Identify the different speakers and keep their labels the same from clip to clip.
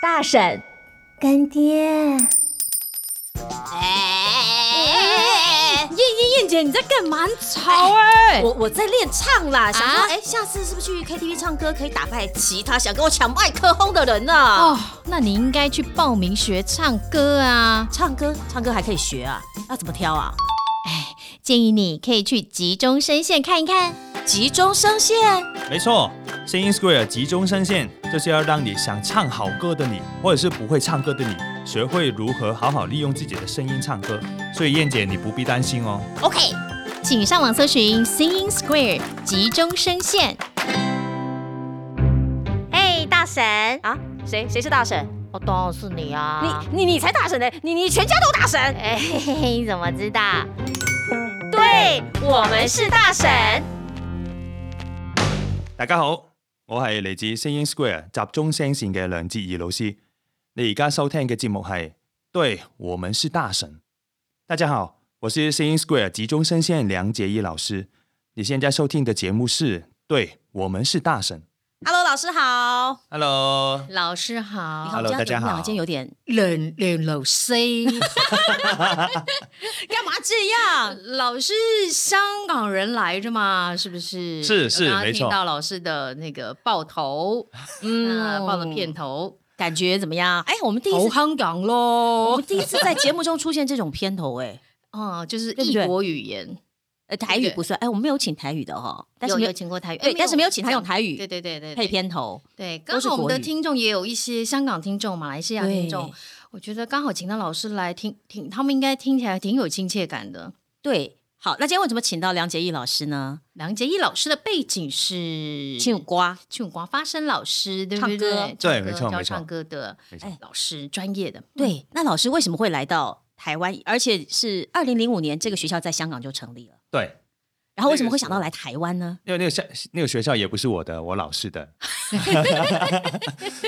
Speaker 1: 大婶，
Speaker 2: 干爹，
Speaker 3: 哎，
Speaker 1: 燕燕燕姐你在干嘛？很吵哎、
Speaker 3: 我我在练唱啦，想说
Speaker 1: 啊
Speaker 3: 哎，下次是不是去 KTV 唱歌可以打败其他想跟我抢麦克风的人啊呢？
Speaker 1: 哦，那你应该去报名学唱歌啊！
Speaker 3: 唱歌，唱歌还可以学啊，要怎么挑啊？
Speaker 1: 建议你可以去集中声线看一看。
Speaker 3: 集中声线，
Speaker 4: 没错，声音 Square 集中声线就是要让你想唱好歌的你，或者是不会唱歌的你，学会如何好好利用自己的声音唱歌。所以燕姐，你不必担心哦。
Speaker 3: OK，
Speaker 1: 请上网搜寻 Singing Square 集中声线。
Speaker 5: 哎，大神，
Speaker 3: 啊，谁谁是大婶？
Speaker 5: 我当然是你啊！
Speaker 3: 你你你才大婶呢，你你全家都大
Speaker 5: 你
Speaker 3: 婶。
Speaker 5: 哎嘿嘿嘿，你怎么知道？对，我们是大神。
Speaker 4: 大家好，我係嚟自 Singing Square 集中聲線嘅梁哲義老師。你而家收聽嘅節目係對我們是大神。大家好，我是 Singing Square 集中聲線梁哲義老師。你現在收聽的節目是對我們是大神。
Speaker 3: Hello，老师好。
Speaker 4: Hello，
Speaker 1: 老师
Speaker 3: 你
Speaker 1: 好
Speaker 3: 看，我
Speaker 4: Hello，
Speaker 3: 今天
Speaker 4: 大家
Speaker 3: 怎么样
Speaker 4: 好
Speaker 3: 今天有点
Speaker 1: 冷冷老师，
Speaker 3: 干嘛这样？
Speaker 1: 老师香港人来着嘛，是不是？
Speaker 4: 是是
Speaker 1: 我刚刚
Speaker 4: 没错
Speaker 1: 听到老师的那个爆头，
Speaker 3: 嗯
Speaker 1: 嗯，爆的片头，
Speaker 3: 感觉怎么样？哎，我们第一
Speaker 1: 好
Speaker 3: 次，
Speaker 1: 香港
Speaker 3: 我
Speaker 1: 咯
Speaker 3: 们，第一次在节目中出现这种片头，哎，
Speaker 1: 哦，就是
Speaker 3: 对不
Speaker 1: 异
Speaker 3: 对
Speaker 1: 国语言，
Speaker 3: 呃，台语不算，哎，我们没有请台语的哈，但是
Speaker 1: 有
Speaker 3: 没
Speaker 1: 有请过台语，
Speaker 3: 对，
Speaker 1: 哎
Speaker 3: 但是没有请他用台
Speaker 1: 对
Speaker 3: 语
Speaker 1: 对对对，对
Speaker 3: 配片头，
Speaker 1: 对，
Speaker 3: 都
Speaker 1: 刚
Speaker 3: 是
Speaker 1: 好我们
Speaker 3: 国
Speaker 1: 的
Speaker 3: 语
Speaker 1: 听众也有一些香港听众、马来西亚听众
Speaker 3: 对，
Speaker 1: 我觉得刚好请到老师来听听，他们应该听起来挺有亲切感的。
Speaker 3: 对。好，那今天为什么请到梁洁义老师呢？
Speaker 1: 梁洁义老师的背景是
Speaker 3: 庆瓜，
Speaker 1: 庆光发声老师，对不
Speaker 3: 唱
Speaker 1: 对？
Speaker 3: 歌
Speaker 1: 唱
Speaker 4: 对
Speaker 1: 歌
Speaker 4: 没错
Speaker 1: 教
Speaker 4: 没错
Speaker 1: 唱歌的
Speaker 4: 没错
Speaker 1: 哎老师，专业的。
Speaker 3: 对，那老师为什么会来到台湾？而且是二零零五年这个学校在香港就成立了，
Speaker 4: 對，
Speaker 3: 然后为什么会想到来台湾呢？
Speaker 4: 因為那個校那個學校也不是我的，我老 師的。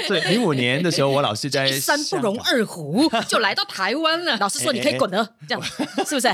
Speaker 4: 所以零五年的時候，我老師 在
Speaker 1: 一山不容
Speaker 4: 香港
Speaker 1: 二 虎，就来到台湾了。
Speaker 3: 老师说你可以滚
Speaker 1: 哎
Speaker 3: 了，这样是不 是？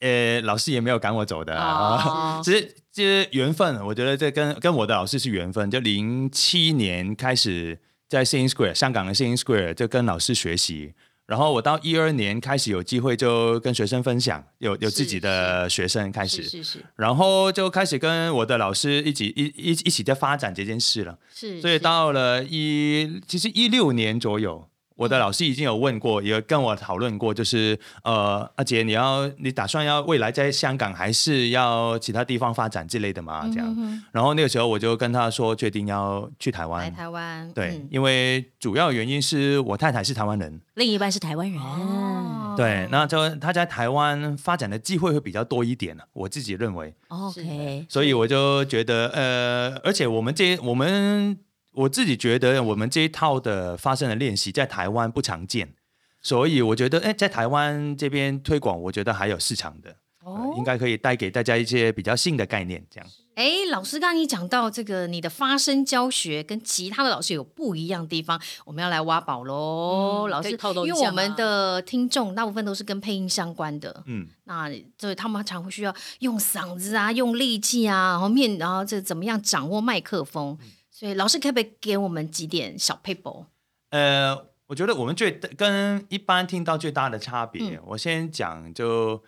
Speaker 4: 呃，老师也没有赶我走的
Speaker 1: 哦
Speaker 4: 啊，只是这缘分，我觉得这跟跟我的老师是缘分。就零七年开始在 s i n g Square 香港的 s i n g Square 就跟老师学习，然后我到一二年开始有机会就跟学生分享，有有自己的学生开
Speaker 1: 是
Speaker 4: 始，
Speaker 1: 是是
Speaker 4: 然后就开始跟我的老师一起一一一起在发展这件事了。
Speaker 1: 是，
Speaker 4: 所以
Speaker 1: 是
Speaker 4: 到了一，其实一六年左右，我
Speaker 1: 嗯
Speaker 4: 的老师已经有问过，也跟我讨论过，就是呃，阿杰，你要你打算要未来在香港还是要其他地方发展之类的
Speaker 1: 嗯
Speaker 4: 嘛？这样，
Speaker 3: 嗯
Speaker 4: 然后那个时候我就跟他说，决定要去台
Speaker 1: 来
Speaker 4: 湾。
Speaker 1: 台湾，
Speaker 4: 对，
Speaker 1: 嗯
Speaker 4: 因为主要原因是我太太是台湾人，
Speaker 3: 另一半是台湾人，
Speaker 1: 哦
Speaker 4: 对，那就她在台湾发展的机会会比较多一点呢，啊我自己认为。
Speaker 3: OK，
Speaker 4: 所以我就觉得，呃，而且我们这我们我自己觉得，我们这一套的发声的练习在台湾不常见，所以我觉得，哎，在台湾这边推广，我觉得还有市场的，呃
Speaker 1: 哦
Speaker 4: 应，该可以带给大家一些比较新的概念。这样
Speaker 1: 哎，老师，刚刚你讲到这个，你的发声教学跟其他的老师有不一样的地方，我们要来挖宝喽。
Speaker 3: 嗯
Speaker 1: 老
Speaker 3: 可以
Speaker 1: 师，
Speaker 3: 透露一
Speaker 1: 因
Speaker 3: 下
Speaker 1: 为
Speaker 3: 吗
Speaker 1: 我们的听众大部分都是跟配音相关的，
Speaker 4: 嗯，
Speaker 1: 那这他们常会需要用嗓子啊，用力气啊，然后面，然后这怎么样掌握麦克风？所以老师可不可以给我们几点小 paper？
Speaker 4: 呃，我觉得我们最跟一般听到最大的差别，
Speaker 1: 嗯
Speaker 4: 我先讲就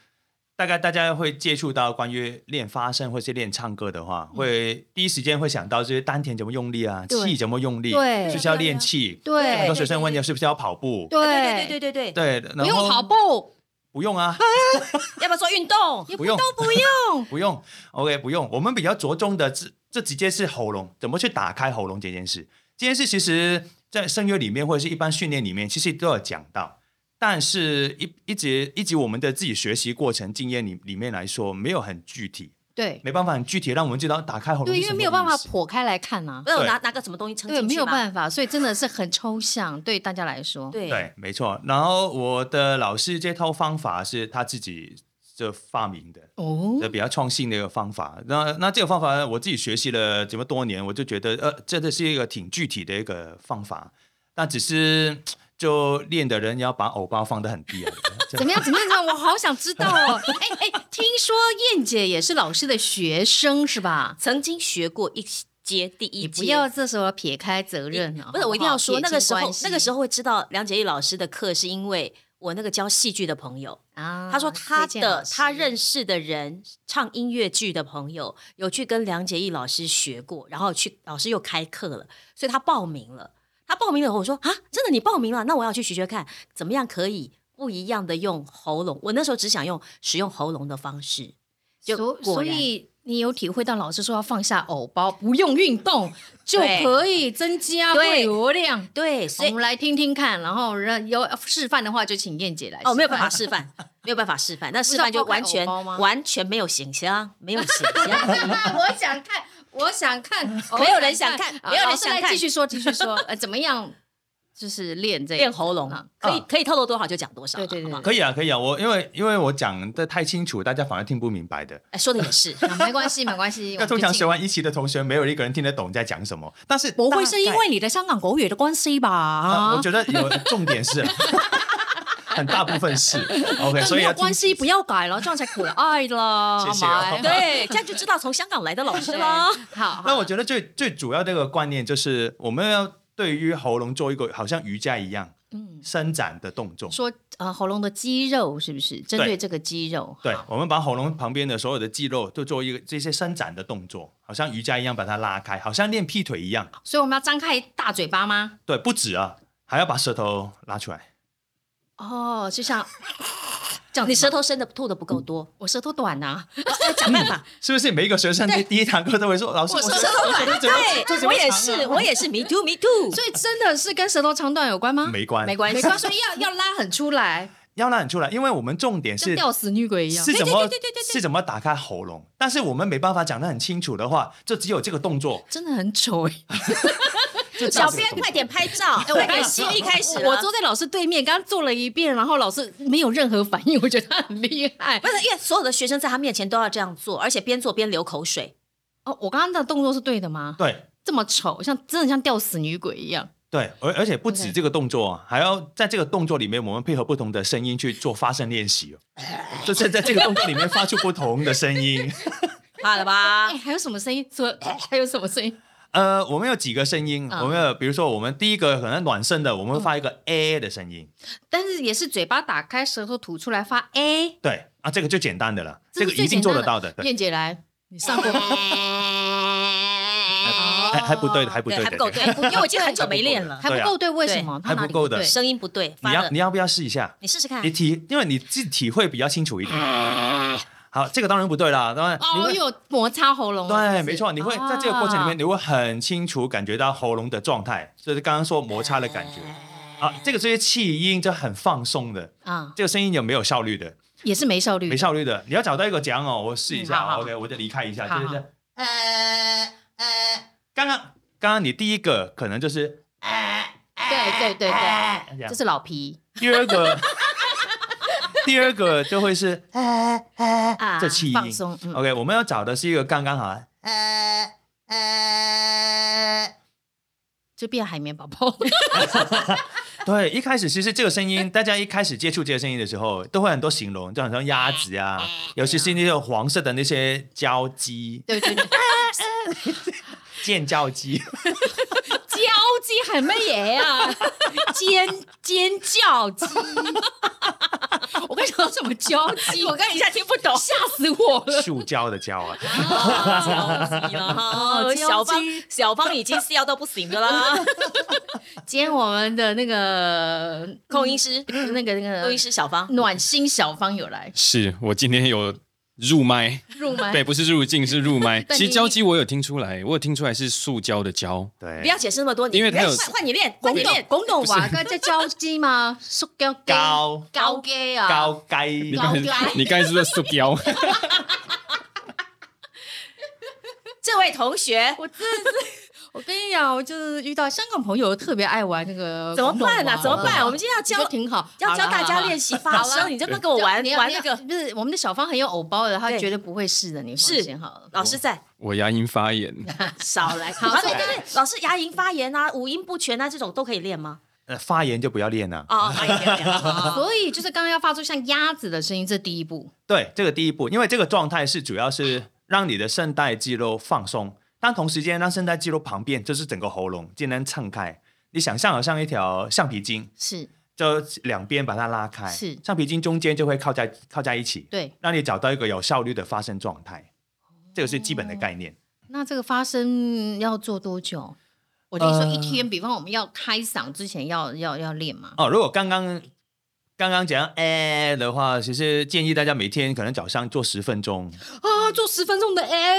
Speaker 4: 大概大家会接触到关于练发声或是练唱歌的话，会第一时间会想到就是丹田怎么用力啊，
Speaker 1: 嗯对
Speaker 4: 气怎么用力，
Speaker 1: 对
Speaker 4: 就是要练气。很
Speaker 1: 对
Speaker 4: 多学生问你是不是要跑步？
Speaker 3: 对
Speaker 1: 对
Speaker 3: 对对对，
Speaker 4: 对，
Speaker 1: 不
Speaker 4: 然
Speaker 1: 用
Speaker 4: 后
Speaker 1: 跑，步，
Speaker 4: 不用啊，
Speaker 3: 要不要做运动？
Speaker 1: 也
Speaker 4: 不用
Speaker 1: 都不用
Speaker 4: 不用。OK，不用。我们比较着重的这这直接是喉咙，怎么去打开喉咙这件事。这件事其实在声乐里面或者是一般训练里面，其实都有讲到。但是一一直一直我们的自己学习过程经验里里面来说，没有很具体，
Speaker 1: 对
Speaker 4: 没办法很具体让我们知道打开喉咙
Speaker 1: 对，
Speaker 4: 是
Speaker 1: 因为
Speaker 4: 什么
Speaker 1: 没有办法
Speaker 4: 意思
Speaker 1: 剖开来看啊
Speaker 3: 不，是我
Speaker 4: 对
Speaker 3: 拿拿个什么东西撑
Speaker 1: 对，
Speaker 3: 进
Speaker 1: 没
Speaker 3: 去
Speaker 1: 有
Speaker 3: 吗？
Speaker 1: 办法，所以真的是很抽象，对大家来说，
Speaker 3: 对
Speaker 4: 对，没错。然后我的老师这套方法是他自己就发明的，
Speaker 1: 哦
Speaker 4: 呃，比较创新的一个方法。那那这个方法呢，我自己学习了这么多年，我就觉得呃，真的是一个挺具体的一个方法。那只是就练的人要把偶包放得很 低啊。这
Speaker 1: 怎么样？怎么样？怎么样？我好想知道哦！哎哎，听说燕姐也是老师的学生是吧？
Speaker 3: 曾经学过一接第一
Speaker 1: 你
Speaker 3: 届。
Speaker 1: 不要这时候撇开责任啊！
Speaker 3: 不是，我一定要说，那个时候那个时
Speaker 1: 候
Speaker 3: 候会知道梁洁玉老师的课，是因为我那个教戏剧的朋友，
Speaker 1: 啊，
Speaker 3: 他说他
Speaker 1: 推荐老
Speaker 3: 的
Speaker 1: 师
Speaker 3: 他认识的人唱音乐剧的朋友有去跟梁洁玉老师学过，然后去老师又开课了，所以他报名了。他报名了以后，我说啊，真的你报名了，那我要去学学看，怎么样可以不一样的用喉咙？我那时候只想用使用喉咙的方式，就
Speaker 1: 所
Speaker 3: 果
Speaker 1: 所
Speaker 3: 然
Speaker 1: 以你有体会到老师说要放下偶包，不用运动就
Speaker 3: 对
Speaker 1: 可以增加
Speaker 3: 对
Speaker 1: 肺活量。
Speaker 3: 对，所
Speaker 1: 我
Speaker 3: 以
Speaker 1: 们来听听看，然后让有示范的话就请燕姐来。
Speaker 3: 哦，没有办法，示范，没有办法示范，那示范就完全
Speaker 1: 不是要包开偶包吗
Speaker 3: 完全没有形象，没有形象。
Speaker 1: 我想看，我 想看，哦
Speaker 3: 没有人想看
Speaker 1: 好
Speaker 3: 没有人
Speaker 1: 老师
Speaker 3: 想
Speaker 1: 来
Speaker 3: 看
Speaker 1: 继续说，继续说， 呃，怎么样？就是练这个
Speaker 3: 练喉咙
Speaker 1: 啊
Speaker 3: 可以可以透露多少就讲多少啦，
Speaker 1: 对对对
Speaker 3: 好不好
Speaker 4: 可以啊，可以啊，我因为因为我讲的太清楚，大家反而听不明白的。
Speaker 3: 哎，说的也 是，
Speaker 1: 啊没关系，没关 系。我
Speaker 4: 那
Speaker 1: 们
Speaker 4: 通
Speaker 1: 就
Speaker 4: 常
Speaker 1: 进
Speaker 4: 学完一期的同学，没有一个人听得懂在讲什么。但是
Speaker 1: 不
Speaker 4: 大
Speaker 1: 会
Speaker 4: 概
Speaker 1: 是因为你的香港国语的关系吧？
Speaker 4: 啊，我觉得有重 点是，很大部分是 OK，
Speaker 1: 但
Speaker 4: 所以
Speaker 1: 没
Speaker 4: 要
Speaker 1: 有
Speaker 4: 听
Speaker 1: 关系，不要改了，这样才可爱了，
Speaker 4: 谢谢
Speaker 1: 好吗
Speaker 4: 哦
Speaker 3: 对，这样就知道从香港来的老师了。
Speaker 1: 好，
Speaker 4: 那我觉得最最主要的一个观念就是，我们要对于喉咙做一个好像瑜伽一样
Speaker 1: 嗯，
Speaker 4: 伸展的动作。
Speaker 1: 说呃喉咙的肌肉是不是针对这个肌肉？
Speaker 4: 对
Speaker 1: 好，
Speaker 4: 我们把喉咙旁边的所有的肌肉都做一个这些伸展的动作，好像瑜伽一样把它拉开，好像练劈腿一样。
Speaker 1: 所以我们要张开大嘴巴吗？
Speaker 4: 对，不止啊，还要把舌头拉出来。
Speaker 1: 哦，就像这样子吗，
Speaker 3: 你舌头伸的吐的不够多，
Speaker 1: 我舌头短
Speaker 3: 啊
Speaker 1: 呐，
Speaker 3: 想办法。
Speaker 4: 是不是每一个学生第第一堂课都会说，老师，
Speaker 1: 我
Speaker 4: 我
Speaker 1: 舌
Speaker 4: 头短，这
Speaker 3: 对，
Speaker 4: 怎
Speaker 3: 哎
Speaker 4: 么
Speaker 3: 我也
Speaker 4: 长啊
Speaker 3: 是，我也是，me too me too。
Speaker 1: 所以真的是跟舌头长短有关吗？
Speaker 4: 没关
Speaker 3: 没关
Speaker 1: 没
Speaker 3: 系，
Speaker 1: 关系，所以要要拉很出来，
Speaker 4: 要拉你出来，因为我们重点
Speaker 1: 像
Speaker 4: 是
Speaker 1: 吊死女鬼一样
Speaker 4: 是。怎么
Speaker 3: 对对对对对
Speaker 4: 是怎么打开喉咙，但是我们没办法讲得很清楚的话，就只有这个动作。
Speaker 1: 真的很丑哎、
Speaker 4: 就这样
Speaker 3: 小
Speaker 4: 子的
Speaker 3: 编
Speaker 4: 动作
Speaker 3: 快点拍照，快点 戏一开始了。啊
Speaker 1: 我坐在老师对面，刚刚做了一遍，然后老师没有任何反应，我 觉得他很厉害
Speaker 3: 不。是，因为所有的学生在他面前都要这样做，而且边做边流口水。
Speaker 1: 哦，我刚刚的动作是对的吗？
Speaker 4: 对
Speaker 1: 这么丑，像真的像吊死女鬼一样。
Speaker 4: 对，而而且不止
Speaker 1: OK
Speaker 4: 这个动作啊，还要在这个动作里面，我们配合不同的声音去做发声练习哦，就是在这个动作里面发出不同的声音。
Speaker 3: 怕了吧
Speaker 1: 哎、？还有什么声音？除了 还有什么声音？
Speaker 4: 呃，我们有几个声音，
Speaker 1: 嗯嗯
Speaker 4: 我们有比如说我们第一个可能暖身的，我们会发一个 a 的声音，
Speaker 1: 但是也是嘴巴打开，舌头吐出来发哎 A，
Speaker 4: 对啊，这个最简单的了，
Speaker 1: 这
Speaker 4: 这
Speaker 1: 是
Speaker 4: 个
Speaker 1: 最
Speaker 4: 一定
Speaker 1: 简单
Speaker 4: 做得到的，对，
Speaker 1: 燕姐来，你上过
Speaker 4: 还还不对的，还哎不
Speaker 3: 对，
Speaker 4: 对
Speaker 3: 还
Speaker 4: 的
Speaker 3: 不够
Speaker 4: 对
Speaker 3: 对，还不因为我已经很久没练了，
Speaker 1: 还不够对？为什么？她
Speaker 4: 还
Speaker 1: 哪
Speaker 4: 不
Speaker 1: 里
Speaker 4: 够的
Speaker 1: 对
Speaker 3: 声音不 对，
Speaker 4: 你
Speaker 3: 发
Speaker 4: 要
Speaker 3: 的
Speaker 4: 你。要不要试一下？
Speaker 3: 你试
Speaker 1: 啊
Speaker 3: 试看
Speaker 4: 你，体，因为你自己体会比较清楚一点。好，这个当然不对啦，当然你
Speaker 1: 哦，
Speaker 4: 会
Speaker 1: 有摩擦喉咙了。
Speaker 4: 对，
Speaker 1: 哦是不是啊
Speaker 4: 没错，你会在这个过程里面，你会很清楚感觉到喉咙的状态，就是刚刚说摩擦的感觉。啊，这个这些气音就很放松的，
Speaker 1: 啊，
Speaker 4: 这个声音有没有效率的？
Speaker 1: 也是没效率
Speaker 4: 没。效率的，你要找到一个讲哦，我试一下
Speaker 1: 嗯好
Speaker 4: 啊
Speaker 1: 好
Speaker 4: ，OK，我就离开一下，
Speaker 1: 好
Speaker 4: 就
Speaker 1: 好
Speaker 4: 是这样
Speaker 5: 哎
Speaker 4: 刚刚刚刚你第一个可能就是
Speaker 1: 对对对对，
Speaker 4: 这样
Speaker 1: 哎这，是老皮
Speaker 4: 第二个 第二个就会是
Speaker 1: 啊，
Speaker 4: 这气音哦
Speaker 1: 放松。嗯
Speaker 4: OK，我们要找的是一个刚刚好。
Speaker 1: 就变海绵宝宝，
Speaker 4: 对，一开始其实这个声音，大家一开始接触这个声音的时候，都会很多形容，就好像鸭子啊，尤其是那种黄色的那些胶鸡、
Speaker 1: 对对对，
Speaker 4: 剑胶鸡，
Speaker 1: 焦鸡很乜嘢啊？ 尖尖叫鸡， 我跟你说什么焦鸡？我跟你一下听不懂，吓死我 了。
Speaker 4: 塑胶的胶啊。
Speaker 3: 哦了哈
Speaker 1: 哦
Speaker 3: 小芳
Speaker 1: 交际
Speaker 3: 小芳已经笑到不行的啦，
Speaker 1: 今天我们的那个
Speaker 3: 控音师，
Speaker 1: 那个那
Speaker 3: 录音
Speaker 1: 个
Speaker 3: 师小芳，
Speaker 1: 暖心小芳有来
Speaker 6: 是我今天有入麦，
Speaker 1: 入门，
Speaker 6: 对，不是入境，是入 麦。
Speaker 1: 但
Speaker 6: 其
Speaker 1: 你
Speaker 6: 实胶基我有听出来，我有听出来是塑胶的胶，
Speaker 4: 对，
Speaker 3: 不要解释那么多，你
Speaker 6: 因为他有
Speaker 3: 哎换换你练，换
Speaker 1: 广
Speaker 3: 你
Speaker 1: 东
Speaker 3: 练，
Speaker 1: 广东话嘅即交鸡嘛，塑胶雞
Speaker 4: 高
Speaker 1: 高鸡啊，
Speaker 4: 高鸡
Speaker 6: 你，刚才
Speaker 1: 胶胶
Speaker 6: 你刚才是不是塑胶？
Speaker 3: 这位同学
Speaker 1: 我真的是， 我跟你讲，我就是遇到香港朋友特别爱玩那个
Speaker 3: 怎么
Speaker 1: 广东
Speaker 3: 办啊？
Speaker 1: 话
Speaker 3: 怎么办？
Speaker 1: 嗯
Speaker 3: 我们今天要
Speaker 1: 觉得
Speaker 3: 教
Speaker 1: 挺好，
Speaker 3: 要教大家练
Speaker 1: 习。
Speaker 3: 习发
Speaker 1: 好了
Speaker 3: 声，你就不跟我
Speaker 1: 就
Speaker 3: 玩
Speaker 1: 你要
Speaker 3: 玩
Speaker 1: 你
Speaker 3: 那
Speaker 1: 要
Speaker 3: 个
Speaker 1: 不是我们的小芳很有偶包的，她
Speaker 3: 对
Speaker 1: 绝对不会试的，你放
Speaker 3: 是
Speaker 1: 心好了。
Speaker 3: 老师 在，
Speaker 6: 我牙龈发 炎，
Speaker 3: 少来。
Speaker 1: 好
Speaker 3: 好，
Speaker 1: 所以
Speaker 3: 对对对，老师牙龈发炎啊，五音不全啊，这种都可以练吗？
Speaker 4: 呃发炎就不要练了。
Speaker 3: 哦，发炎发 炎哦
Speaker 1: 所以就是刚刚要发出像鸭子的声音，这第一步。
Speaker 4: 对，这个第一步，因为这个状态是主要是让你的声带肌肉放松。但同时间让声带肌肉旁边，就是整个喉咙竟然撑开。你想象好像一条橡皮筋，
Speaker 1: 是
Speaker 4: 就两边把它拉开，
Speaker 1: 是
Speaker 4: 橡皮筋中间就会靠在靠在一起，
Speaker 1: 对。
Speaker 4: 让你找到一个有效率的发声状态。这个是基本的概念。
Speaker 1: 那这个发声要做多久？我听说
Speaker 4: 呃
Speaker 1: 一天，比方我们要开嗓之前要要要练嘛。
Speaker 4: 哦，如果刚刚刚刚讲哎的话，其实建议大家每天可能早上做十分钟，
Speaker 1: 啊，做十分钟的哎，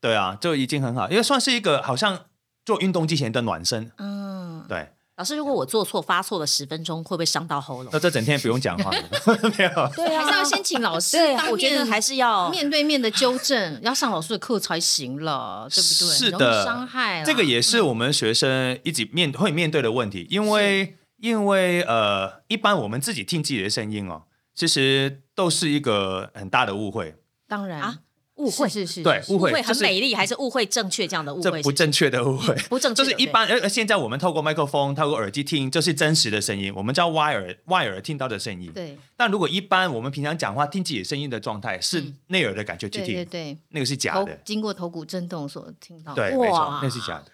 Speaker 4: 对啊，就已经很好，因为算是一个好像做运动之前的暖身。
Speaker 1: 嗯，
Speaker 4: 对，
Speaker 3: 老师，如果我做错发错了十分钟，会不会伤到喉咙
Speaker 4: 那？这整天不用讲话，没有。
Speaker 3: 对
Speaker 1: 还是要先请老师
Speaker 3: 对
Speaker 1: 当
Speaker 3: 啊，
Speaker 1: 面，
Speaker 3: 我觉得还是要
Speaker 1: 面对面的纠正，要上老师的课才行了，对不对？
Speaker 4: 是
Speaker 1: 容易
Speaker 4: 的
Speaker 1: 伤害啦啊
Speaker 4: 这个也是我们学生一直面会面对的问题，因为因为呃，一般我们自己听自己的声音哦，其实都是一个很大的误会，
Speaker 1: 当然
Speaker 3: 啊误会，
Speaker 1: 是是是，
Speaker 4: 对
Speaker 1: 是
Speaker 4: 误
Speaker 3: 误
Speaker 4: 会
Speaker 3: 会很
Speaker 4: 就是
Speaker 3: 美丽，还是误会正确这样的误
Speaker 4: 这
Speaker 3: 会？
Speaker 4: 不正确的误会。
Speaker 3: 不正确
Speaker 4: 就
Speaker 3: 的，
Speaker 4: 是一
Speaker 3: 对
Speaker 4: 般，呃，呃现在我们透过麦克风、透过耳机听，这是真实的声音，我们叫外耳外耳听到的声音。
Speaker 1: 对
Speaker 4: 但如果一般我们平常讲话听自己的声音的状态，是
Speaker 1: 嗯
Speaker 4: 内耳的感觉去
Speaker 1: 对
Speaker 4: 听，
Speaker 1: 对对，
Speaker 4: 那个是假
Speaker 1: 头
Speaker 4: 的。
Speaker 1: 经过头骨震动所听到的。
Speaker 4: 对，没错
Speaker 3: 哇，
Speaker 4: 那是假的。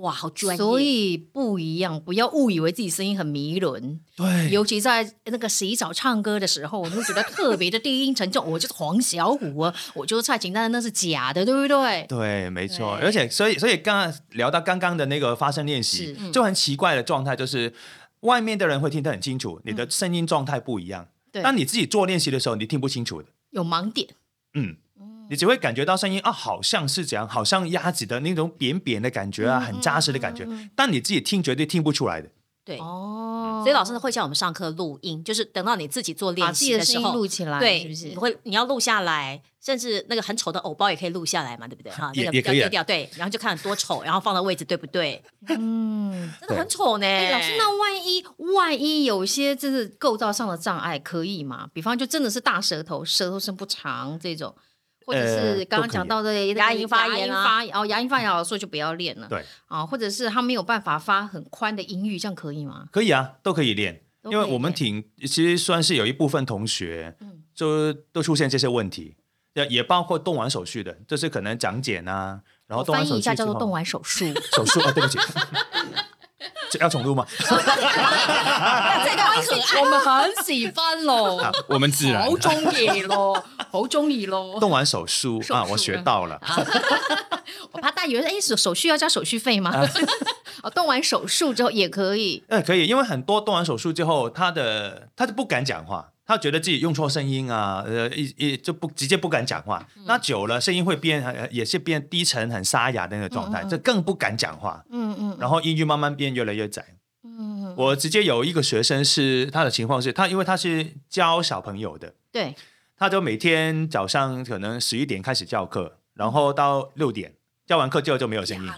Speaker 3: 哇，好专业，
Speaker 1: 所以不一样，不要误以为自己声音很迷人，
Speaker 4: 对
Speaker 1: 尤其在那个洗澡唱歌的时候，你会觉得特别的低音沉重。我就是黄小琥啊，我就是蔡琴，但是那是假的，对不对？
Speaker 4: 对，没错，
Speaker 1: 对
Speaker 4: 而且所以所以刚刚聊到刚刚的那个发声练
Speaker 1: 是
Speaker 4: 习，
Speaker 1: 嗯
Speaker 4: 就很奇怪的状态，就是外面的人会听得很清楚，你的声音状态不一样。
Speaker 1: 嗯对
Speaker 4: 当你自己做练习的时候，你听不清楚的，
Speaker 1: 有盲点，
Speaker 4: 嗯，你只会感觉到声音啊，好像是这样，好像鸭子的那种扁扁的感觉啊，
Speaker 1: 嗯
Speaker 4: 很扎实的感觉，但你自己听绝对听不出来的。
Speaker 3: 对。
Speaker 1: 哦
Speaker 3: 哎所以老师会叫我们上课录音，就是等到你自己做
Speaker 1: 把
Speaker 3: 练
Speaker 1: 自
Speaker 3: 习
Speaker 1: 己的
Speaker 3: 时
Speaker 1: 声音
Speaker 3: 候，
Speaker 1: 录起来，
Speaker 3: 对，
Speaker 1: 是不是
Speaker 3: 你？会你要录下来，甚至那个很丑的偶包也可以录下来嘛，对不对？ 哈，
Speaker 4: 也
Speaker 3: 那个
Speaker 4: 也可以啊
Speaker 3: 低调，对，然后就看多丑，然后放到位置对不对？
Speaker 1: 嗯，
Speaker 3: 真的很丑呢。
Speaker 1: 哎，老师，那万一万一有一些就是构造上的障碍，可以吗？比方就真的是大舌头，舌头伸不长这种，或者是
Speaker 4: 呃
Speaker 1: 刚刚
Speaker 4: 都可以
Speaker 1: 讲到的那个
Speaker 3: 牙龈发炎啊
Speaker 1: 牙龈发炎哦，牙龈发炎，老师说就不要练了。
Speaker 4: 对
Speaker 1: 啊，或者是他没有办法发很宽的音域，这样可以吗？
Speaker 4: 可以啊，都可以练，
Speaker 1: 都可以
Speaker 4: 因为我们挺其实算是有一部分同学，
Speaker 1: 嗯
Speaker 4: 就都出现这些问题，也也包括动完手术的，就是可能长茧啊，然后
Speaker 1: 我
Speaker 4: 动完
Speaker 1: 翻
Speaker 4: 手
Speaker 1: 译
Speaker 4: 术
Speaker 1: 一下叫做
Speaker 4: 之后
Speaker 1: 动完手 术。
Speaker 4: 手术啊，对不起， 这要重录吗？
Speaker 1: 这个很可爱， 我们很喜欢喽，
Speaker 6: 我们自然
Speaker 1: 好中意咯，好中意咯。
Speaker 4: 动完手术
Speaker 1: 手
Speaker 4: 啊，
Speaker 1: 术嗯
Speaker 4: 我学到了，
Speaker 1: 我怕大家以为哎手手续要交手续费吗？
Speaker 4: 啊
Speaker 1: 哦，动完手术之后也可以。
Speaker 4: 哎、可以，因为很多动完手术之后，他的他就不敢讲话，他觉得自己用错声音啊，呃，一一就不直接不敢讲话。
Speaker 1: 嗯
Speaker 4: 那久了，声音会变，呃也是变低沉、很沙哑的那个状态，这更不敢讲话。
Speaker 1: 嗯嗯
Speaker 4: 然后音域慢慢变越来越窄。
Speaker 1: 嗯，
Speaker 4: 我直接有一个学生是他的情况是，他因为他是教小朋友的，
Speaker 1: 对，
Speaker 4: 他就每天早上可能十一点开始教课，然后到六点教完课之后就没有声音，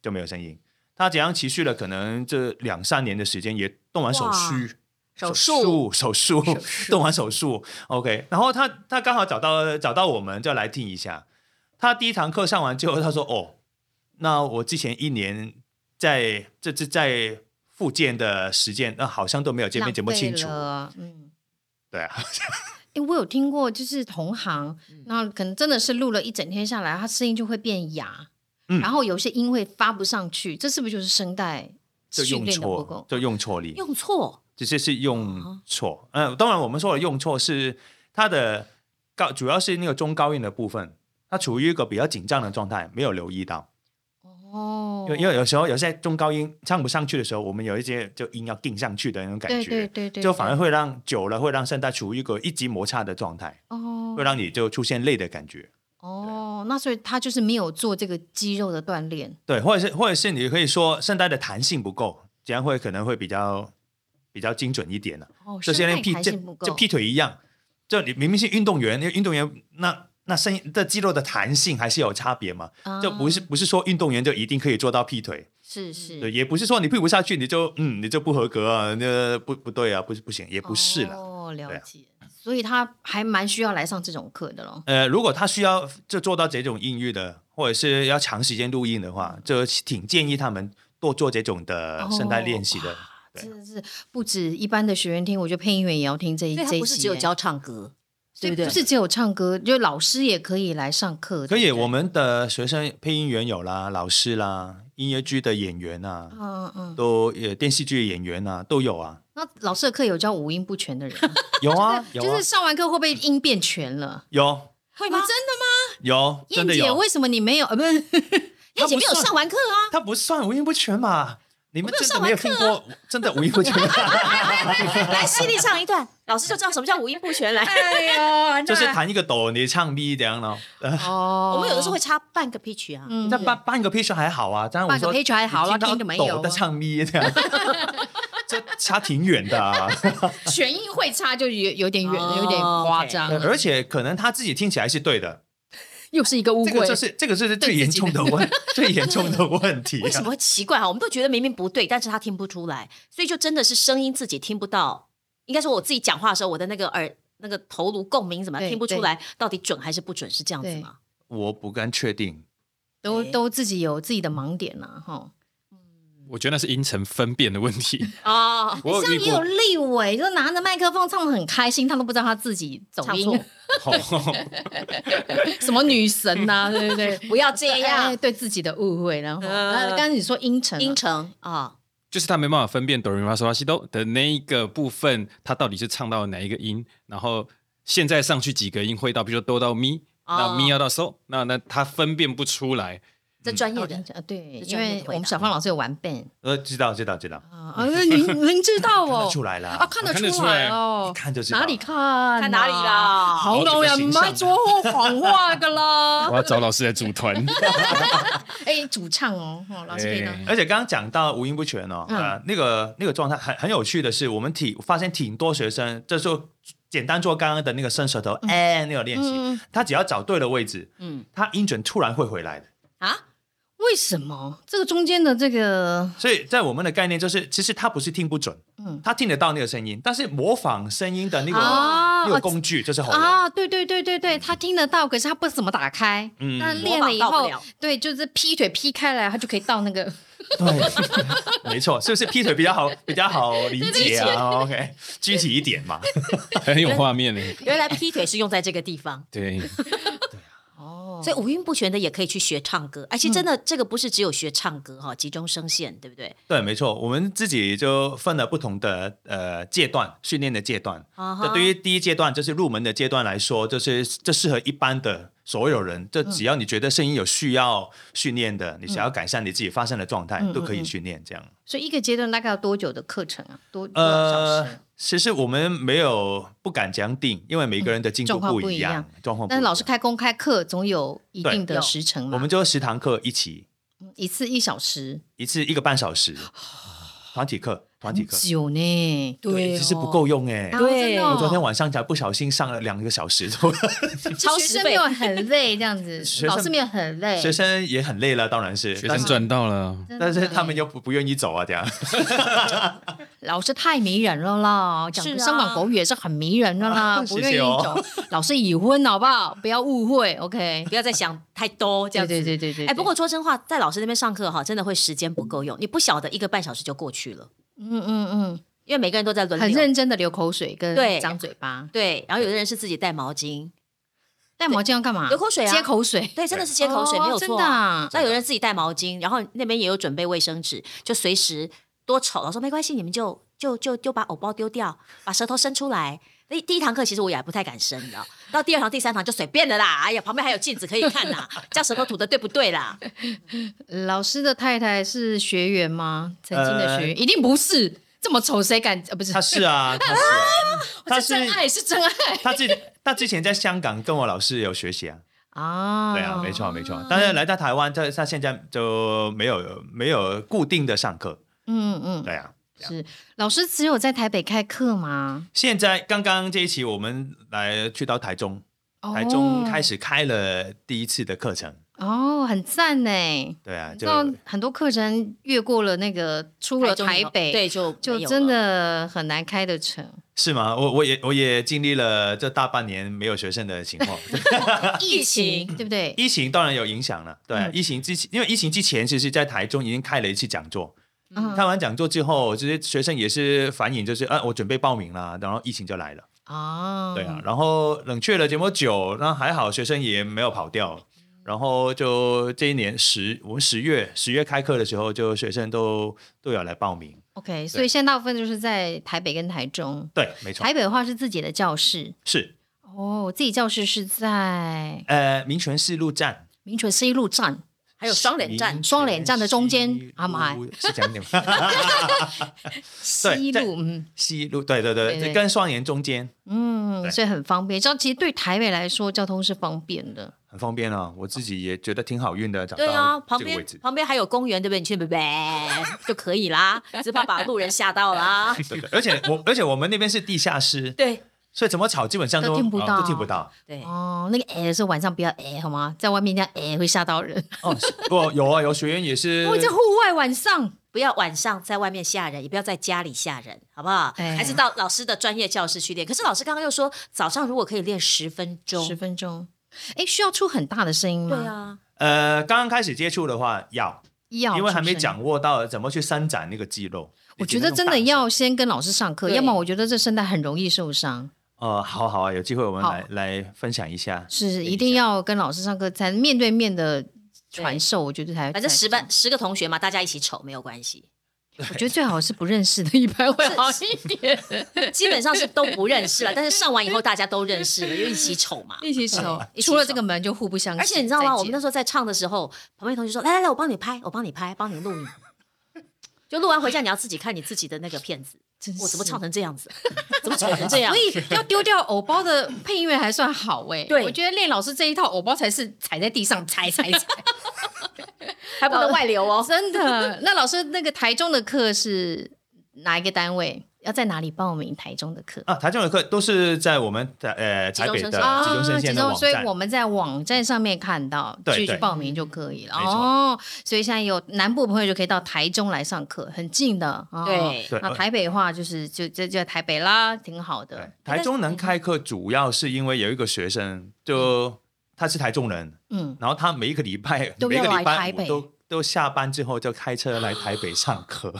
Speaker 4: 就没有声音。他怎样持续了可能这两三年的时间，也动完手术。
Speaker 3: 手术
Speaker 4: 术，手术， 动完手术，OK。然后他他刚好找到找到我们，就来听一下。他第一堂课上完之后，他说：“哦，那我之前一年在这这在复健的时间，那好像都没有见面这么清
Speaker 1: 浪
Speaker 4: 楚
Speaker 1: 费。了嗯。
Speaker 4: 对啊，
Speaker 1: 哎，我有听过，就是同行，那可能真的是录了一整天下来，他声音就会变哑，
Speaker 4: 嗯
Speaker 1: 然后有些音会发不上去，这是不是就是声带
Speaker 4: 就
Speaker 1: 训
Speaker 4: 用
Speaker 1: 练的不
Speaker 4: 错
Speaker 1: 够，？
Speaker 4: 就用错力，
Speaker 3: 用错
Speaker 4: 只是是用错。嗯、当然我们说的用错是他的高，主要是那个中高音的部分，他处于一个比较紧张的状态，没有留意到。
Speaker 1: 哦
Speaker 4: 因为因为有时候有些中高音唱不上去的时候，我们有一些就音要定上去的那种感
Speaker 1: 对
Speaker 4: 觉，
Speaker 1: 对对对，
Speaker 4: 就反而会让久了会让声带处于一个一级摩擦的状态，
Speaker 1: 哦
Speaker 4: 会让你就出现累的感觉。
Speaker 1: 哦，那所以他就是没有做这个肌肉的锻炼，
Speaker 4: 对，或者是或者是你可以说声带的弹性不够，这样会可能会比较比较精准一点啊呢、
Speaker 1: 哦，
Speaker 4: 就
Speaker 1: 声
Speaker 4: 像那
Speaker 1: 带
Speaker 4: 劈
Speaker 1: 弹
Speaker 4: 就
Speaker 1: 性不够
Speaker 4: 就劈腿一样，就你明明是运动员，那运动员那那声音的肌肉的弹性还是有差别嘛，就不是
Speaker 1: 啊
Speaker 4: 不是说运动员就一定可以做到劈腿。
Speaker 1: 是
Speaker 4: 对，
Speaker 1: 是，
Speaker 4: 也不是说你配不下去，你就嗯，你就不合格啊，那不不对啊，不是不行，也不是了。
Speaker 1: 哦，了
Speaker 4: 对啊
Speaker 1: 解，所以他还蛮需要来上这种课的咯。
Speaker 4: 呃，如果他需要就做到这种音域的，或者是要长时间录音的话，就挺建议他们多做这种
Speaker 1: 哦
Speaker 4: 的声带练习的。对啊
Speaker 1: 真的是不止一般的学员听，我觉得配音员也要听这一
Speaker 3: 因为
Speaker 1: 这一
Speaker 3: 他
Speaker 1: 集耶。
Speaker 3: 不是只有教唱歌，
Speaker 1: 所
Speaker 3: 对
Speaker 1: 以
Speaker 3: 不对
Speaker 1: 不是只有唱歌，就老师也可以来上课。
Speaker 4: 可以，
Speaker 1: 对不对
Speaker 4: 我们的学生配音员有啦，老师啦，音乐剧的演员啊，
Speaker 1: 嗯嗯，
Speaker 4: 都也电视剧演员啊，都 有啊，
Speaker 1: 那老师的课有教五音不全的人吗，
Speaker 4: 有啊，有
Speaker 1: 就
Speaker 4: 啊
Speaker 1: 是，上完课会不会音变全了？
Speaker 4: 有
Speaker 3: 会
Speaker 1: 你
Speaker 3: 吗
Speaker 1: 们？真的吗？
Speaker 4: 有，真
Speaker 1: 燕
Speaker 4: 的
Speaker 1: 姐，
Speaker 4: 有。
Speaker 1: 为什么你没有？ 呃，不是，燕姐没有
Speaker 4: 算
Speaker 1: 上完课啊。
Speaker 4: 他不算五音不全嘛？你们
Speaker 1: 我没有
Speaker 4: 真的
Speaker 1: 上啊
Speaker 4: 没有
Speaker 1: 完
Speaker 4: 听过真的五 音不全？
Speaker 3: 来，犀利唱一段，老师就知道什么叫五音不全。来，
Speaker 1: 哎呀，
Speaker 4: 就是弹一个哆，你唱 B 这样咯。
Speaker 1: 哦
Speaker 3: 我们有的时候会插半个 pitch 啊。
Speaker 1: 嗯
Speaker 4: 那半半个 pitch 还好啊，但我
Speaker 1: 半个
Speaker 4: 说
Speaker 1: pitch 还好啦
Speaker 4: 你
Speaker 1: 听
Speaker 4: 到
Speaker 1: 都没有啊
Speaker 4: 抖的唱咪 这样，这差挺远的啊。
Speaker 1: 全音会差就有有点远，
Speaker 3: 哦
Speaker 1: 有点夸张，
Speaker 4: 而且可能他自己听起来是对的，
Speaker 1: 又是一个乌
Speaker 4: 这个
Speaker 1: 龟
Speaker 4: 就。是这个就是最严重的 问最严重的问题啊。
Speaker 3: 为什么会奇怪哈？我们都觉得明明不对，但是他听不出来，所以就真的是声音自己听不到。应该说我自己讲话的时候，我的那个耳、那个头颅共鸣怎么样
Speaker 1: 对
Speaker 3: 听不出来，到底准还是不准，是这样子吗？
Speaker 4: 我不敢确定，
Speaker 1: 都
Speaker 3: 哎
Speaker 1: 都自己有自己的盲点啊呐、哈。
Speaker 6: 我觉得那是音程分辨的问 题。
Speaker 3: 哦，
Speaker 6: 我有
Speaker 1: 像
Speaker 6: 遇
Speaker 1: 也有
Speaker 6: 过，
Speaker 1: 立委，就拿着麦克风唱的很开心，他都不知道他自己走
Speaker 3: 唱
Speaker 1: 音
Speaker 3: 错，
Speaker 1: 什么女神呐、对不 对？
Speaker 3: 不要这
Speaker 1: 哎
Speaker 3: 样，
Speaker 1: 对自己的误会，然后、
Speaker 3: 呃
Speaker 1: 呃、刚才你说音程啊，
Speaker 3: 音程啊，
Speaker 6: 就是他没办法分辨哆来咪发嗦拉西哆的那一个部分，他到底是唱到哪一个音，然后现在上去几个音会到，比如说哆到咪，
Speaker 3: 哦
Speaker 6: 那咪要到嗦，那那他分辨不出来。
Speaker 3: 这专业
Speaker 1: 哦
Speaker 3: 的
Speaker 1: 音程呃对，
Speaker 3: 这
Speaker 1: 因
Speaker 3: 专业
Speaker 1: 为
Speaker 3: 的回答
Speaker 1: 我们小芳老师有玩 band
Speaker 4: 呃，知道知道知道，
Speaker 1: 啊，啊您您知道
Speaker 4: 看得
Speaker 1: 哦，
Speaker 4: 出来啦
Speaker 1: 啊，，看得
Speaker 6: 看得
Speaker 1: 出
Speaker 6: 出
Speaker 1: 来
Speaker 6: 来
Speaker 1: 哦
Speaker 4: 一，看就知道
Speaker 1: 哪里看啊、
Speaker 3: 看哪里啦
Speaker 1: 好老人
Speaker 4: 啊
Speaker 1: 唔爱说谎话噶啦
Speaker 6: 我。要找老师来组 团，
Speaker 1: 哎，主唱哦，哦老师可以当
Speaker 6: 哎
Speaker 4: 而且刚刚讲到五音不全哦，
Speaker 1: 嗯
Speaker 4: 呃，那个那个状态很很有趣的是，我们挺发现挺多学生，这时候简单做刚刚的那个伸舌头，哎、那个练习，
Speaker 1: 嗯
Speaker 4: 他只要找对了位置，
Speaker 3: 嗯
Speaker 4: 他音准突然会回来的。
Speaker 3: 啊，
Speaker 1: 为什么这个中间的这个
Speaker 4: 所以在我们的概念就是，其实他不是听不准，
Speaker 1: 嗯
Speaker 4: 他听得到那个声音，但是模仿声音的那个、
Speaker 1: 啊
Speaker 4: 那个工具就是喉咙。
Speaker 1: 啊，对对对对对，他听得到，可是他不怎么打开。
Speaker 4: 嗯
Speaker 1: 那练了以
Speaker 3: 模仿到
Speaker 1: 后
Speaker 3: 不了，
Speaker 1: 对，就是劈腿劈开来，他就可以到那个。
Speaker 4: 对，没错，是不是劈腿比较好，比较好理解啊？OK，具体一点嘛。
Speaker 6: 哎 很有画面呢。
Speaker 3: 原来劈腿是用在这个地方，
Speaker 6: 对，
Speaker 1: 哦嗯
Speaker 3: 所以五音不全的也可以去学唱歌，而且真的这个不是只有学唱歌哈，集中声线，对不对？
Speaker 4: 对，没错，我们自己就分了不同的呃阶段，训练的阶段。
Speaker 3: 啊
Speaker 4: 那对于第一阶段，就是入门的阶段来说，就是这适合一般的所有人，
Speaker 1: 嗯
Speaker 4: 这只要你觉得声音有需要训练的，你想要改善你自己发声的状态，
Speaker 1: 嗯
Speaker 4: 都可以训练这样。
Speaker 1: 所以一个阶段大概要多久的课程啊？多多少小时
Speaker 4: 呃？，其实我们没有不敢讲定，因为每个人的进
Speaker 1: 嗯
Speaker 4: 度
Speaker 1: 状况
Speaker 4: 不
Speaker 1: 不一
Speaker 4: 一样
Speaker 1: 样，
Speaker 4: 状况不一
Speaker 1: 但
Speaker 4: 样。
Speaker 1: 是老师开公开课总有一定
Speaker 3: 对
Speaker 1: 的
Speaker 3: 有
Speaker 1: 时程嘛，
Speaker 4: 我们就十堂课一起，
Speaker 1: 一次一小时，
Speaker 4: 一次一个半小时，
Speaker 1: 哦
Speaker 4: 团体课，团体课，
Speaker 1: 久呢。
Speaker 4: 对，其实不够用哎、
Speaker 1: 啊。
Speaker 3: 对
Speaker 1: 真的哦
Speaker 4: 我昨天晚上才不小心上了两个小时 多，
Speaker 3: 超
Speaker 1: 学
Speaker 3: 时
Speaker 1: 生没
Speaker 3: 费
Speaker 1: 有很累，这样子，
Speaker 4: 学生
Speaker 1: 老师没有很累，
Speaker 4: 学生也很累了，当然是
Speaker 6: 学
Speaker 4: 但
Speaker 6: 生
Speaker 4: 是
Speaker 6: 赚到了，
Speaker 1: 真的
Speaker 4: 但是他们又不不愿意走啊，这样。
Speaker 1: 老师太迷人了啦，讲
Speaker 3: 是啊
Speaker 1: 香港狗语也是很迷人的啦，不 愿
Speaker 4: 谢
Speaker 1: 意
Speaker 4: 谢哦
Speaker 1: 走。老师已婚好不好？不要误会，OK？
Speaker 3: 不要再想太多 这
Speaker 1: 对
Speaker 3: 样子。
Speaker 1: 对对对对。
Speaker 3: 哎，不过说真话，在老师那边上课哈，真的会时间不够用，你不晓得一个半小时就过去了，
Speaker 1: 嗯嗯
Speaker 3: 因为每个人都在轮流。
Speaker 1: 嗯，很认真的流口水跟
Speaker 3: 对
Speaker 1: 张嘴巴，
Speaker 3: 对，然后有的人是自己带毛巾，
Speaker 1: 带毛巾要干嘛？
Speaker 3: 流口水啊
Speaker 1: 接口水，
Speaker 3: 对，真的是接口水、
Speaker 1: 哦
Speaker 3: 没有
Speaker 1: 真
Speaker 3: 错
Speaker 1: 的
Speaker 3: 啊。
Speaker 1: 啊。
Speaker 3: 那有人自己带毛巾，然后那边也有准备卫生纸，就随时多丑。老师说没关系，你们就就就就把藕包丢掉，把舌头伸出来。第第一堂课其实我也还不太敢伸，你知道？到第二堂、第三堂就随便的啦。哎呀，旁边还有镜子可以看呐，这样舌头吐的对不对啦？
Speaker 1: 老师的太太是学员吗？曾经的学员一定不是，这么丑谁敢？呃，不是
Speaker 4: 呃他，是啊，他是啊， 他
Speaker 1: 是真
Speaker 4: 是
Speaker 1: 爱，是真爱
Speaker 4: 他之他之前在香港跟我老师有学习啊，
Speaker 1: 啊！
Speaker 4: 对啊，没错没
Speaker 1: 嗯
Speaker 4: 错。但是来到台湾，他他现在就没有没有固定的上课，
Speaker 1: 嗯嗯，
Speaker 4: 对啊。这样
Speaker 1: 是老师只有在台北开课吗？
Speaker 4: 现在刚刚这一期我们来去到台中，哦台中开始开了第一次的课程，
Speaker 1: 哦，很赞呢。
Speaker 4: 对啊，就
Speaker 1: 那很多课程越过了那个出了
Speaker 3: 中
Speaker 1: 台
Speaker 3: 有
Speaker 1: 北，
Speaker 3: 对，就
Speaker 1: 就
Speaker 3: 没有
Speaker 1: 真
Speaker 3: 了
Speaker 1: 的很难开得成。
Speaker 4: 是吗？我我也我也经历了这大半年没有学生的情况，
Speaker 1: 疫
Speaker 3: 情
Speaker 1: 对不对？
Speaker 4: 疫情当然有影响了，对啊、
Speaker 1: 嗯
Speaker 4: 疫情之前，因为疫情之前其实在台中已经开了一次讲座，
Speaker 1: 嗯
Speaker 4: 开完讲座之后，这些学生也是反映就是，啊，我准备报名了，然后疫情就来了，
Speaker 1: 啊
Speaker 4: 对啊，，然后冷却了这么久，那还好学生也没有跑掉。然后就这一年十，我们十月十月开课的时候，就学生都都有来报名。
Speaker 1: OK，所以现在大部分就是在台北跟台中。
Speaker 4: 对，没错
Speaker 1: 台，北的话是自己的教室
Speaker 4: 是
Speaker 1: 哦，自己教室是在
Speaker 4: 呃民权西路站，
Speaker 1: 民权西路站，
Speaker 3: 还有双脸站
Speaker 4: 民，
Speaker 1: 双连站的中间
Speaker 4: 西
Speaker 1: 啊妈呀
Speaker 4: 路是讲点 对
Speaker 1: 西
Speaker 4: 在
Speaker 1: 路，嗯
Speaker 4: 西路，对对
Speaker 1: 对对
Speaker 4: 对，跟双岩中间对
Speaker 1: 嗯，所以很方便。这样其实对台北来说，交通是方便的。
Speaker 4: 很方便啊。我自己也觉得挺好运的，找
Speaker 3: 对啊，
Speaker 4: 到
Speaker 3: 旁
Speaker 4: 这个位
Speaker 3: 边
Speaker 4: 置。
Speaker 3: 旁边还有公园，对不对？你去 呗呗就可以啦，只怕把路人吓到 啦。
Speaker 4: 对对，而且 我而且我们那边是地下室，
Speaker 3: 对
Speaker 4: 所以怎么吵基本上都
Speaker 1: 都
Speaker 4: 啊
Speaker 1: 听不到
Speaker 4: 都听不到。
Speaker 3: 对，
Speaker 1: 哦，那个哎是晚上不要哎好吗？在外面这样哎会吓到人。
Speaker 4: 哦，是不 有啊，有学员也是
Speaker 1: 我在户外晚上，
Speaker 3: 不要晚上在外面吓人，也不要在家里吓人，好不好？
Speaker 1: 哎
Speaker 3: 还是到老师的专业教室去练。可是老师刚刚又说，早上如果可以练十分钟
Speaker 1: 十，分钟，哎需要出很大的声音吗？
Speaker 3: 对，啊，
Speaker 4: 呃，刚刚开始接触的话要，
Speaker 1: 要，
Speaker 4: 因为还没。掌握到怎么去伸展那个肌肉。
Speaker 1: 我
Speaker 4: 你
Speaker 1: 觉
Speaker 4: 只能
Speaker 1: 得
Speaker 4: 用
Speaker 1: 真
Speaker 4: 大
Speaker 1: 的
Speaker 4: 手
Speaker 1: 要先跟老师上课，
Speaker 3: 对
Speaker 1: 要么我觉得这声带很容易受伤。
Speaker 4: 呃，好好啊，有机会我们
Speaker 1: 好
Speaker 4: 来来分享一下。
Speaker 1: 是
Speaker 4: 一
Speaker 1: 一定
Speaker 4: 下
Speaker 1: 要跟老师上课，才面对面的传
Speaker 3: 对
Speaker 1: 授，我觉得才
Speaker 3: 反正
Speaker 1: 才
Speaker 3: 十班
Speaker 1: 行
Speaker 3: 十个同学嘛，大家一起丑没有关 系，
Speaker 1: 我觉得最好是不认识的一般会好一点，
Speaker 3: 基本上是都不认识了。但是上完以后大家都认识了，就一起丑嘛。
Speaker 1: 一起走
Speaker 3: 一起
Speaker 1: 出了
Speaker 3: 走
Speaker 1: 这个门就互不相识。
Speaker 3: 而且你知道吗？
Speaker 1: 再见
Speaker 3: 我们那时候在唱的时候，旁边同学说：“来来来，我帮你拍，我帮你拍，帮你录影。”就录完回家，你要自己看你自己的那个片子。
Speaker 1: 真
Speaker 3: 我怎么
Speaker 1: 是
Speaker 3: 唱成这样子？怎 么丑成这样
Speaker 1: 所？以要丢掉偶包的配音员还算好哎、
Speaker 3: 对
Speaker 1: 我觉得练老师这一套偶包才是踩在地上踩踩 踩，
Speaker 3: 还不能外流哦。
Speaker 1: 真的。那老师那个台中的课是哪一个单位？要在哪里报名台中的课？
Speaker 4: 啊，台中的课都是在我们台呃台北
Speaker 3: 集中
Speaker 4: 的
Speaker 3: 生啊
Speaker 4: 集中生线的网
Speaker 1: 所以
Speaker 4: 站
Speaker 1: 我，们在网站上面看到，
Speaker 4: 对
Speaker 1: 去去
Speaker 4: 对
Speaker 1: 报名就可以了。
Speaker 4: 没错
Speaker 1: 哦，所以现在有南部的朋友就可以到台中来上课，很近的。哦、
Speaker 3: 对
Speaker 4: 对呃
Speaker 1: 那台北的话就是就就就在台北啦，挺好
Speaker 4: 对
Speaker 1: 的。
Speaker 4: 哎台中能开课，主要是因为有一个学生，就他是台中人，
Speaker 1: 嗯，
Speaker 4: 然后他每一个礼拜
Speaker 1: 都
Speaker 4: 每一
Speaker 1: 要
Speaker 4: 个
Speaker 1: 来
Speaker 4: 礼
Speaker 1: 台
Speaker 4: 拜
Speaker 1: 北
Speaker 4: 五都都下班之后就开车来台北上课，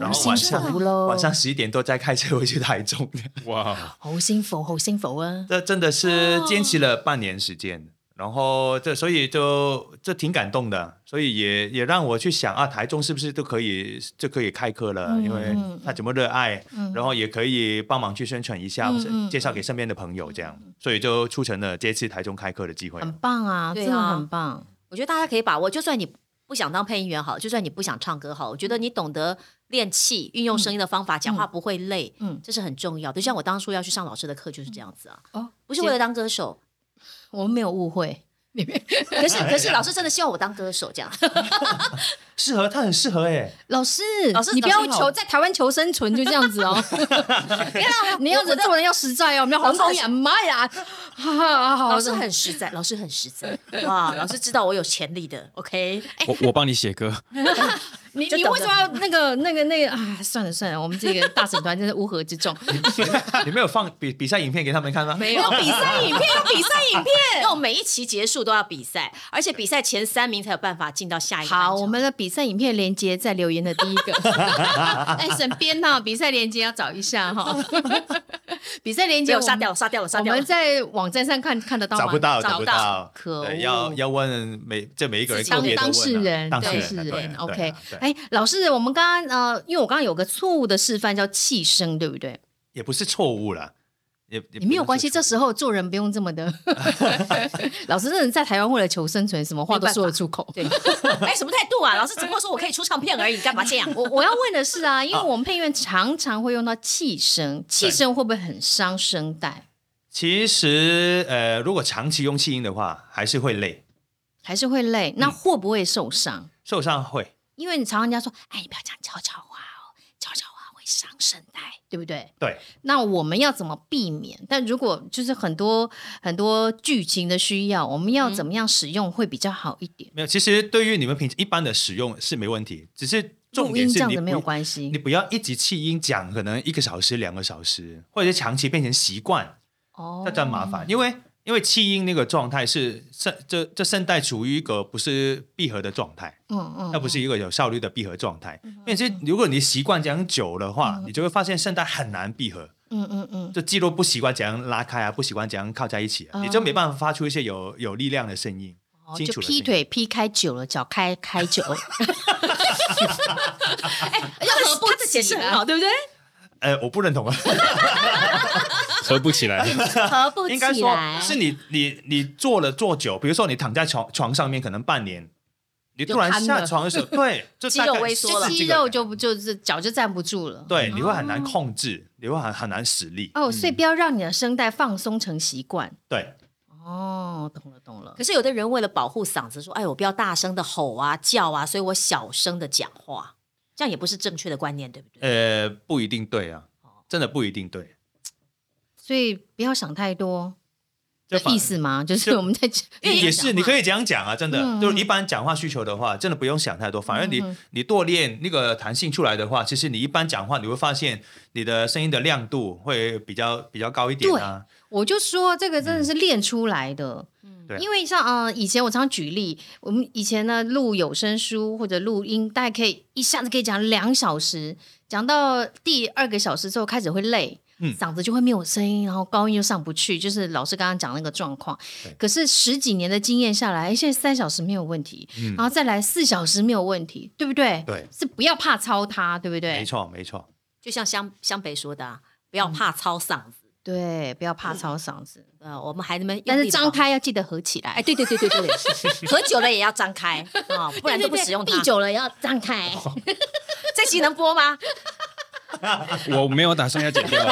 Speaker 4: 然后
Speaker 1: 好啊幸
Speaker 4: 晚
Speaker 1: 福
Speaker 4: 上
Speaker 1: 喽，
Speaker 4: 晚上十一点多再开车回去台中。
Speaker 6: 哇，
Speaker 1: 好幸福，好幸福啊！
Speaker 4: 这真的是坚持了半年时间，然后这所以就这挺感动的，所以也也让我去想啊，台中是不是都可以就可以开课了？
Speaker 1: 嗯
Speaker 4: 因为
Speaker 1: 嗯
Speaker 4: 他怎么热爱，
Speaker 1: 嗯
Speaker 4: 然后也可以帮忙去宣传一下，
Speaker 1: 嗯
Speaker 4: 或者
Speaker 1: 嗯
Speaker 4: 介绍给身边的朋友这样，所以就促成了这次台中开课的机会。
Speaker 1: 很棒啊，
Speaker 3: 对啊
Speaker 1: 真的很棒。
Speaker 3: 我觉得大家可以把握，就算你不想当配音员好，就算你不想唱歌好，我
Speaker 1: 嗯
Speaker 3: 觉得你懂得练气、运用声音的方法，讲话不会累，
Speaker 1: 嗯
Speaker 3: 这是很重要的。就像我当初要去上老师的课就是这样子啊，
Speaker 1: 哦，
Speaker 3: 不是为了当歌 手，
Speaker 1: 我没有误会，
Speaker 3: 可是可是老师真的希望我当歌手这样。
Speaker 4: 适合他很适合哎，
Speaker 1: 老师，
Speaker 3: 老师
Speaker 1: 你不
Speaker 3: 老
Speaker 1: 要
Speaker 3: 师好
Speaker 1: 求在台湾求生存，就这样子哦。你要人做人要实在哦，我们要黄宗雅，妈呀，哈哈，好
Speaker 3: 老师很实在，老师很实 在哇！老师知道我有潜力的，OK？
Speaker 1: 哎
Speaker 6: 我我帮你写歌，
Speaker 1: 你
Speaker 3: 就
Speaker 1: 你
Speaker 3: 等
Speaker 1: 为什么要那个那个那个啊？算了算了，我们这个大审团真是乌合之众，
Speaker 4: 你没有放比比赛影片给他们看吗？
Speaker 1: 没有比赛影片，有比赛影片。
Speaker 3: 因为我每一期结束都要比赛，而且比赛前三名才有办法进到下一个班级。
Speaker 1: 好，我们的比赛影片连接在留言的第一个。哎，沈编呐，比赛连接要找一下哈。比赛连
Speaker 3: 没
Speaker 1: 接
Speaker 3: 有杀掉了，杀掉了，杀
Speaker 1: 我
Speaker 3: 掉了
Speaker 1: 们。在网站上看看得到吗？
Speaker 4: 找不到，
Speaker 1: 找
Speaker 4: 不到，
Speaker 1: 可恶
Speaker 4: 对要要问每这每一个人
Speaker 3: 自己
Speaker 4: 个
Speaker 1: 当
Speaker 4: 别都问啊
Speaker 1: 当事人，
Speaker 4: 当
Speaker 1: 当
Speaker 4: 事
Speaker 1: 事
Speaker 4: 人，对
Speaker 1: 人
Speaker 4: 啊对
Speaker 1: ，OK
Speaker 4: 啊对。
Speaker 1: 哎，老师，我们刚刚呃，因为我刚刚有个错误的示范叫气声，对不对？
Speaker 4: 也不是错误了，也也
Speaker 1: 也没有
Speaker 4: 不能说
Speaker 1: 关系，
Speaker 4: 错
Speaker 1: 这
Speaker 4: 误
Speaker 1: 时候做人不用这么的。 老师，真的在台湾为了求生存，什么话都说得出口。
Speaker 3: 对， 哎，什么态度啊？老师只不过说我可以出唱片而已，你干嘛这样？
Speaker 1: 我我要问的是 啊，因为我们配乐常常会用到气声，气声会不会很伤声带？
Speaker 4: 其实，呃，如果长期用气音的话，还是会累，
Speaker 1: 还是会累？
Speaker 4: 嗯
Speaker 1: 那会不会受伤？
Speaker 4: 受伤会。
Speaker 1: 因为你常常人家说，哎，你不要讲悄悄话哦，悄悄话会伤声带，对不对？
Speaker 4: 对，
Speaker 1: 那我们要怎么避免？但如果就是很多很多剧情的需要，我们要
Speaker 4: 嗯
Speaker 1: 怎么样使用会比较好一点？
Speaker 4: 没有。其实对于你们平时一般的使用是没问题，只是重
Speaker 1: 录
Speaker 4: 点
Speaker 1: 音
Speaker 4: 是
Speaker 1: 这样
Speaker 4: 你
Speaker 1: 子
Speaker 4: 不
Speaker 1: 没有关系
Speaker 4: 你不要一直气音讲，可能一个小时、两个小时，或者是长期变成习惯，
Speaker 1: 哦
Speaker 4: 那这样麻烦。因为因为气音那个状态是声这这声带处于一个不是闭合的状态，
Speaker 1: 嗯嗯，
Speaker 4: 那不是一个有效率的闭合状态。因为这如果你习惯讲久的话，你就会发现声带很难闭合。
Speaker 1: 嗯嗯嗯，
Speaker 4: 就肌肉不习惯怎样拉开啊，不习惯怎样靠在一起、啊，你就没办法发出一些有有力量的声音。
Speaker 3: 哦
Speaker 4: 清
Speaker 3: 就
Speaker 4: 楚
Speaker 3: 劈
Speaker 4: 的声音
Speaker 3: 腿劈开久了，脚开开久 了，
Speaker 1: 要何不起
Speaker 3: 是很
Speaker 1: 啊？
Speaker 3: 好，对不 对？
Speaker 4: 呃，我不认同啊，
Speaker 6: 合不起来，
Speaker 3: 合不
Speaker 4: 应该
Speaker 3: 起
Speaker 4: 说
Speaker 3: 来，
Speaker 4: 是你你你坐了坐久，比如说你躺在床床上面可能半年，你突然
Speaker 1: 瘫
Speaker 4: 下
Speaker 1: 了
Speaker 4: 床的时候，对，就
Speaker 3: 肌
Speaker 4: 大
Speaker 3: 肉
Speaker 4: 概
Speaker 3: 萎
Speaker 4: 是
Speaker 3: 缩了
Speaker 4: 这
Speaker 1: 肌
Speaker 4: 个
Speaker 1: 肉
Speaker 4: 感觉
Speaker 1: 就不就是脚就站不住了。
Speaker 4: 对，你会很难控制，你会很很难使力。
Speaker 1: 哦，所以不要让你的声带放松成习惯。
Speaker 4: 对，
Speaker 1: 哦，懂了懂了
Speaker 3: 可。是有的人为了保护嗓子，说：“哎，我不要大声的吼啊、叫啊，所以我小声的讲话，这样也不是正确的观念，对不对？”
Speaker 4: 呃，不一定对啊，真的不一定对。
Speaker 1: 所以不要想太多，
Speaker 4: 就
Speaker 1: 的
Speaker 4: 反
Speaker 1: 意思吗？就是我们在讲
Speaker 3: 因为
Speaker 4: 也
Speaker 3: 要讲
Speaker 4: 是，你
Speaker 3: 话
Speaker 4: 可以这样讲啊，真的，
Speaker 1: 嗯
Speaker 4: 就是一般讲话需求的话，真的不用想太多。反而你、
Speaker 1: 嗯嗯
Speaker 4: 你多练那个弹性出来的话，其实你一般讲话，你会发现你的声音的亮度会比较比较高一点啊。
Speaker 1: 我就说这个真的是练出来的，
Speaker 4: 嗯对
Speaker 1: 因为像嗯、呃以前我常举例，我们以前呢录有声书或者录音，大概可以一下子可以讲两小时，讲到第二个小时之后开始会累，
Speaker 4: 嗯
Speaker 1: 嗓子就会没有声音，然后高音又上不去，就是老师刚刚讲那个状况
Speaker 4: 对。
Speaker 1: 可是十几年的经验下来，哎现在三小时没有问题，
Speaker 4: 嗯
Speaker 1: 然后再来四小时没有问题，对不对？
Speaker 4: 对，
Speaker 1: 是不要怕操它，对不对？
Speaker 4: 没错，没错。
Speaker 3: 就像湘湘北说的、啊，不
Speaker 1: 嗯
Speaker 3: 要怕操嗓子，
Speaker 1: 对，不要怕操嗓子，
Speaker 3: 呃，我们还能不能用嗯
Speaker 1: 但
Speaker 3: 力
Speaker 1: 是
Speaker 3: 地
Speaker 1: 张
Speaker 3: 保护，
Speaker 1: 开要记得合起来。
Speaker 3: 哎，对对对对对， 喝久了也要张开啊、不然都不使用它
Speaker 1: 闭。久了要张开。
Speaker 3: 这期能播吗？
Speaker 6: 我没有打算要剪掉，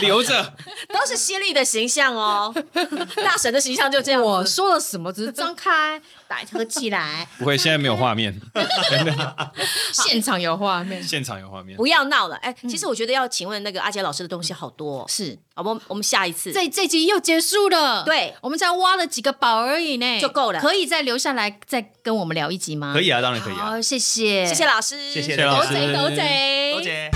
Speaker 6: 留着。
Speaker 3: 都是犀利的形象哦，大神的形象就这样。
Speaker 1: 我说了什么？只是张开，打合起 来。
Speaker 6: 不会，现在没有画面，
Speaker 1: 现场有画面，
Speaker 6: 现场有画面。
Speaker 3: 不要闹了，哎，其实我觉得要请问那个阿杰老师的东西好多、哦，
Speaker 1: 是
Speaker 3: 好不好？我们下一次
Speaker 1: 这这集又结束了。
Speaker 3: 对
Speaker 1: 我们才挖了几个宝而已呢，
Speaker 3: 就够了
Speaker 1: 可以再留下来再跟我们聊一集吗？
Speaker 4: 可以啊，当然可以啊。
Speaker 1: 嗯好，谢谢，
Speaker 3: 谢谢老师，
Speaker 4: 谢谢
Speaker 6: 谢老
Speaker 1: 斗
Speaker 6: 师
Speaker 1: 贼斗贼
Speaker 4: 多姐。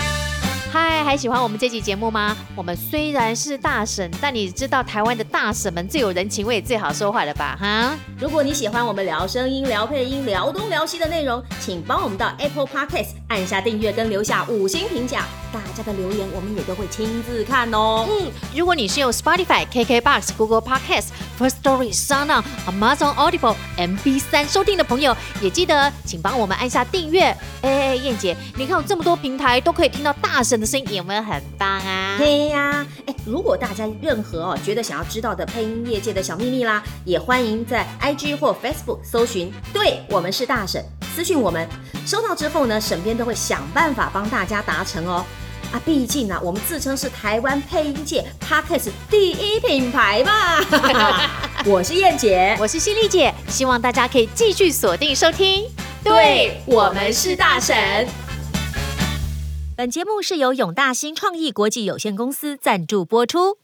Speaker 5: 嗨，还喜欢我们这期节目吗？我们虽然是大婶，但你知道台湾的大婶们最有人情味、最好说话了吧？哈。
Speaker 3: 如果你喜欢我们聊声音、聊配音、聊东聊西的内容，请帮我们到 Apple Podcast 按下订阅跟留下五星评价，大家的留言我们也都会亲自看哦。
Speaker 5: 如果你是用 Spotify、KKBox、Google Podcast、First Story、Sound On、Amazon Audible、MB 三收听的朋友，也记得请帮我们按下订阅。哎哎，燕姐，你看有这么多平台都可以听到大神的声音，有没有很棒啊？
Speaker 3: 嘿呀，哎，如果大家任何哦觉得想要知道的配音业界的小秘密啦，也欢迎在 IG 或 Facebook 搜寻“对我们是大婶”，私讯我们。收到之后呢，沈编都会想办法帮大家达成哦。啊，毕竟呢、我们自称是台湾配音界 Podcast 第一品牌嘛。 我是燕姐，
Speaker 5: 我是犀利姐，希望大家可以继续锁定收听。
Speaker 3: 对我们是大神。本节目是由永大新创意国际有限公司赞助播出。